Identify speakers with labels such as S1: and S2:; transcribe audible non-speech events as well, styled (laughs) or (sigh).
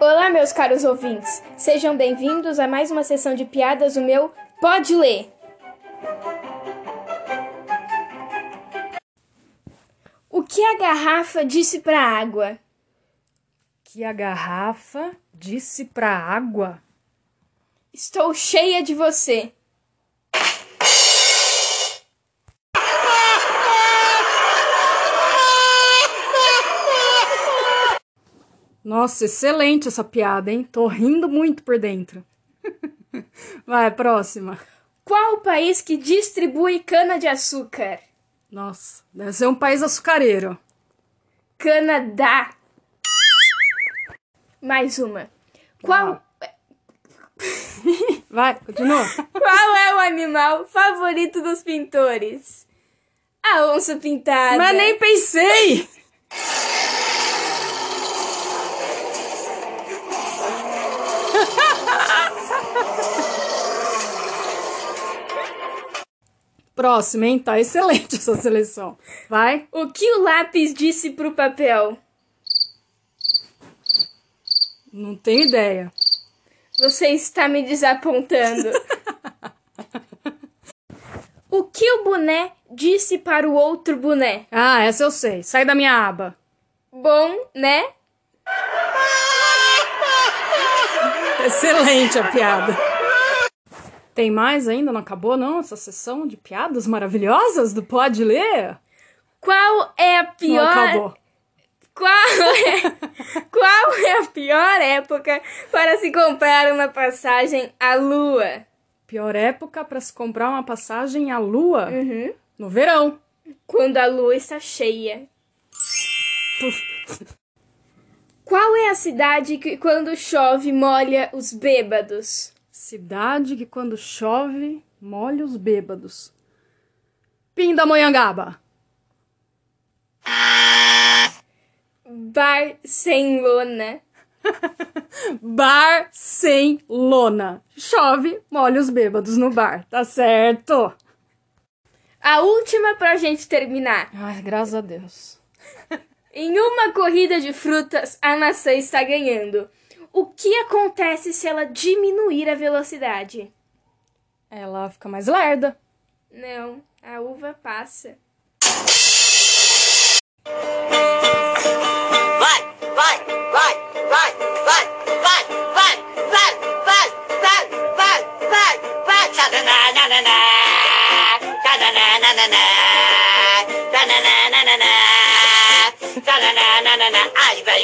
S1: Olá, meus caros ouvintes. Sejam bem-vindos a mais uma sessão de piadas do meu Pode Ler. O que a garrafa disse para a água?
S2: Que a garrafa disse pra água.
S1: Estou cheia de você.
S2: Nossa, excelente essa piada, hein? Tô rindo muito por dentro. (laughs) Vai, próxima.
S1: Qual o país que distribui cana-de-açúcar?
S2: Nossa, deve ser um país açucareiro.
S1: Canadá. Mais uma. Qual,
S2: Vai, continua.
S1: (laughs) qual é o animal favorito dos pintores? A onça pintada.
S2: Mas nem pensei! (laughs) Próxima, hein? Tá excelente essa seleção. Vai.
S1: O que o lápis disse pro papel?
S2: Não tenho ideia.
S1: Você está me desapontando.
S2: (laughs)
S1: o que o boné disse para o outro boné?
S2: Ah, essa eu sei. Sai da minha aba.
S1: Bom, né?
S2: Excelente a piada. Tem mais ainda? Não acabou, não? Essa sessão de piadas maravilhosas do Pode Ler?
S1: Qual é a pior.
S2: Não acabou.
S1: Qual é, qual é a pior época para se comprar uma passagem à lua?
S2: Pior época pra se comprar uma passagem à lua? No verão.
S1: Quando a lua está
S2: (laughs)
S1: cheia. Qual é a cidade que, quando chove, molha os bêbados?
S2: Cidade que quando chove, molha os bêbados. (laughs) Pindamonhangaba.
S1: Barcelona.
S2: Barcelona. Chove, molha os bêbados no bar. Tá certo.
S1: A última pra gente terminar.
S2: Ai, graças a Deus.
S1: Em uma corrida de frutas, a maçã está ganhando. O que acontece se ela diminuir a velocidade?
S2: Ela fica mais lerda.
S1: Não, a uva passa.
S3: vai, vai, vai, vai, vai, vai, vai, vai, vai, vai, vai, vai, vai, Tadana, nanana, tadana, nanana, tadana, nanana, tadana, nanana. Ai, vai.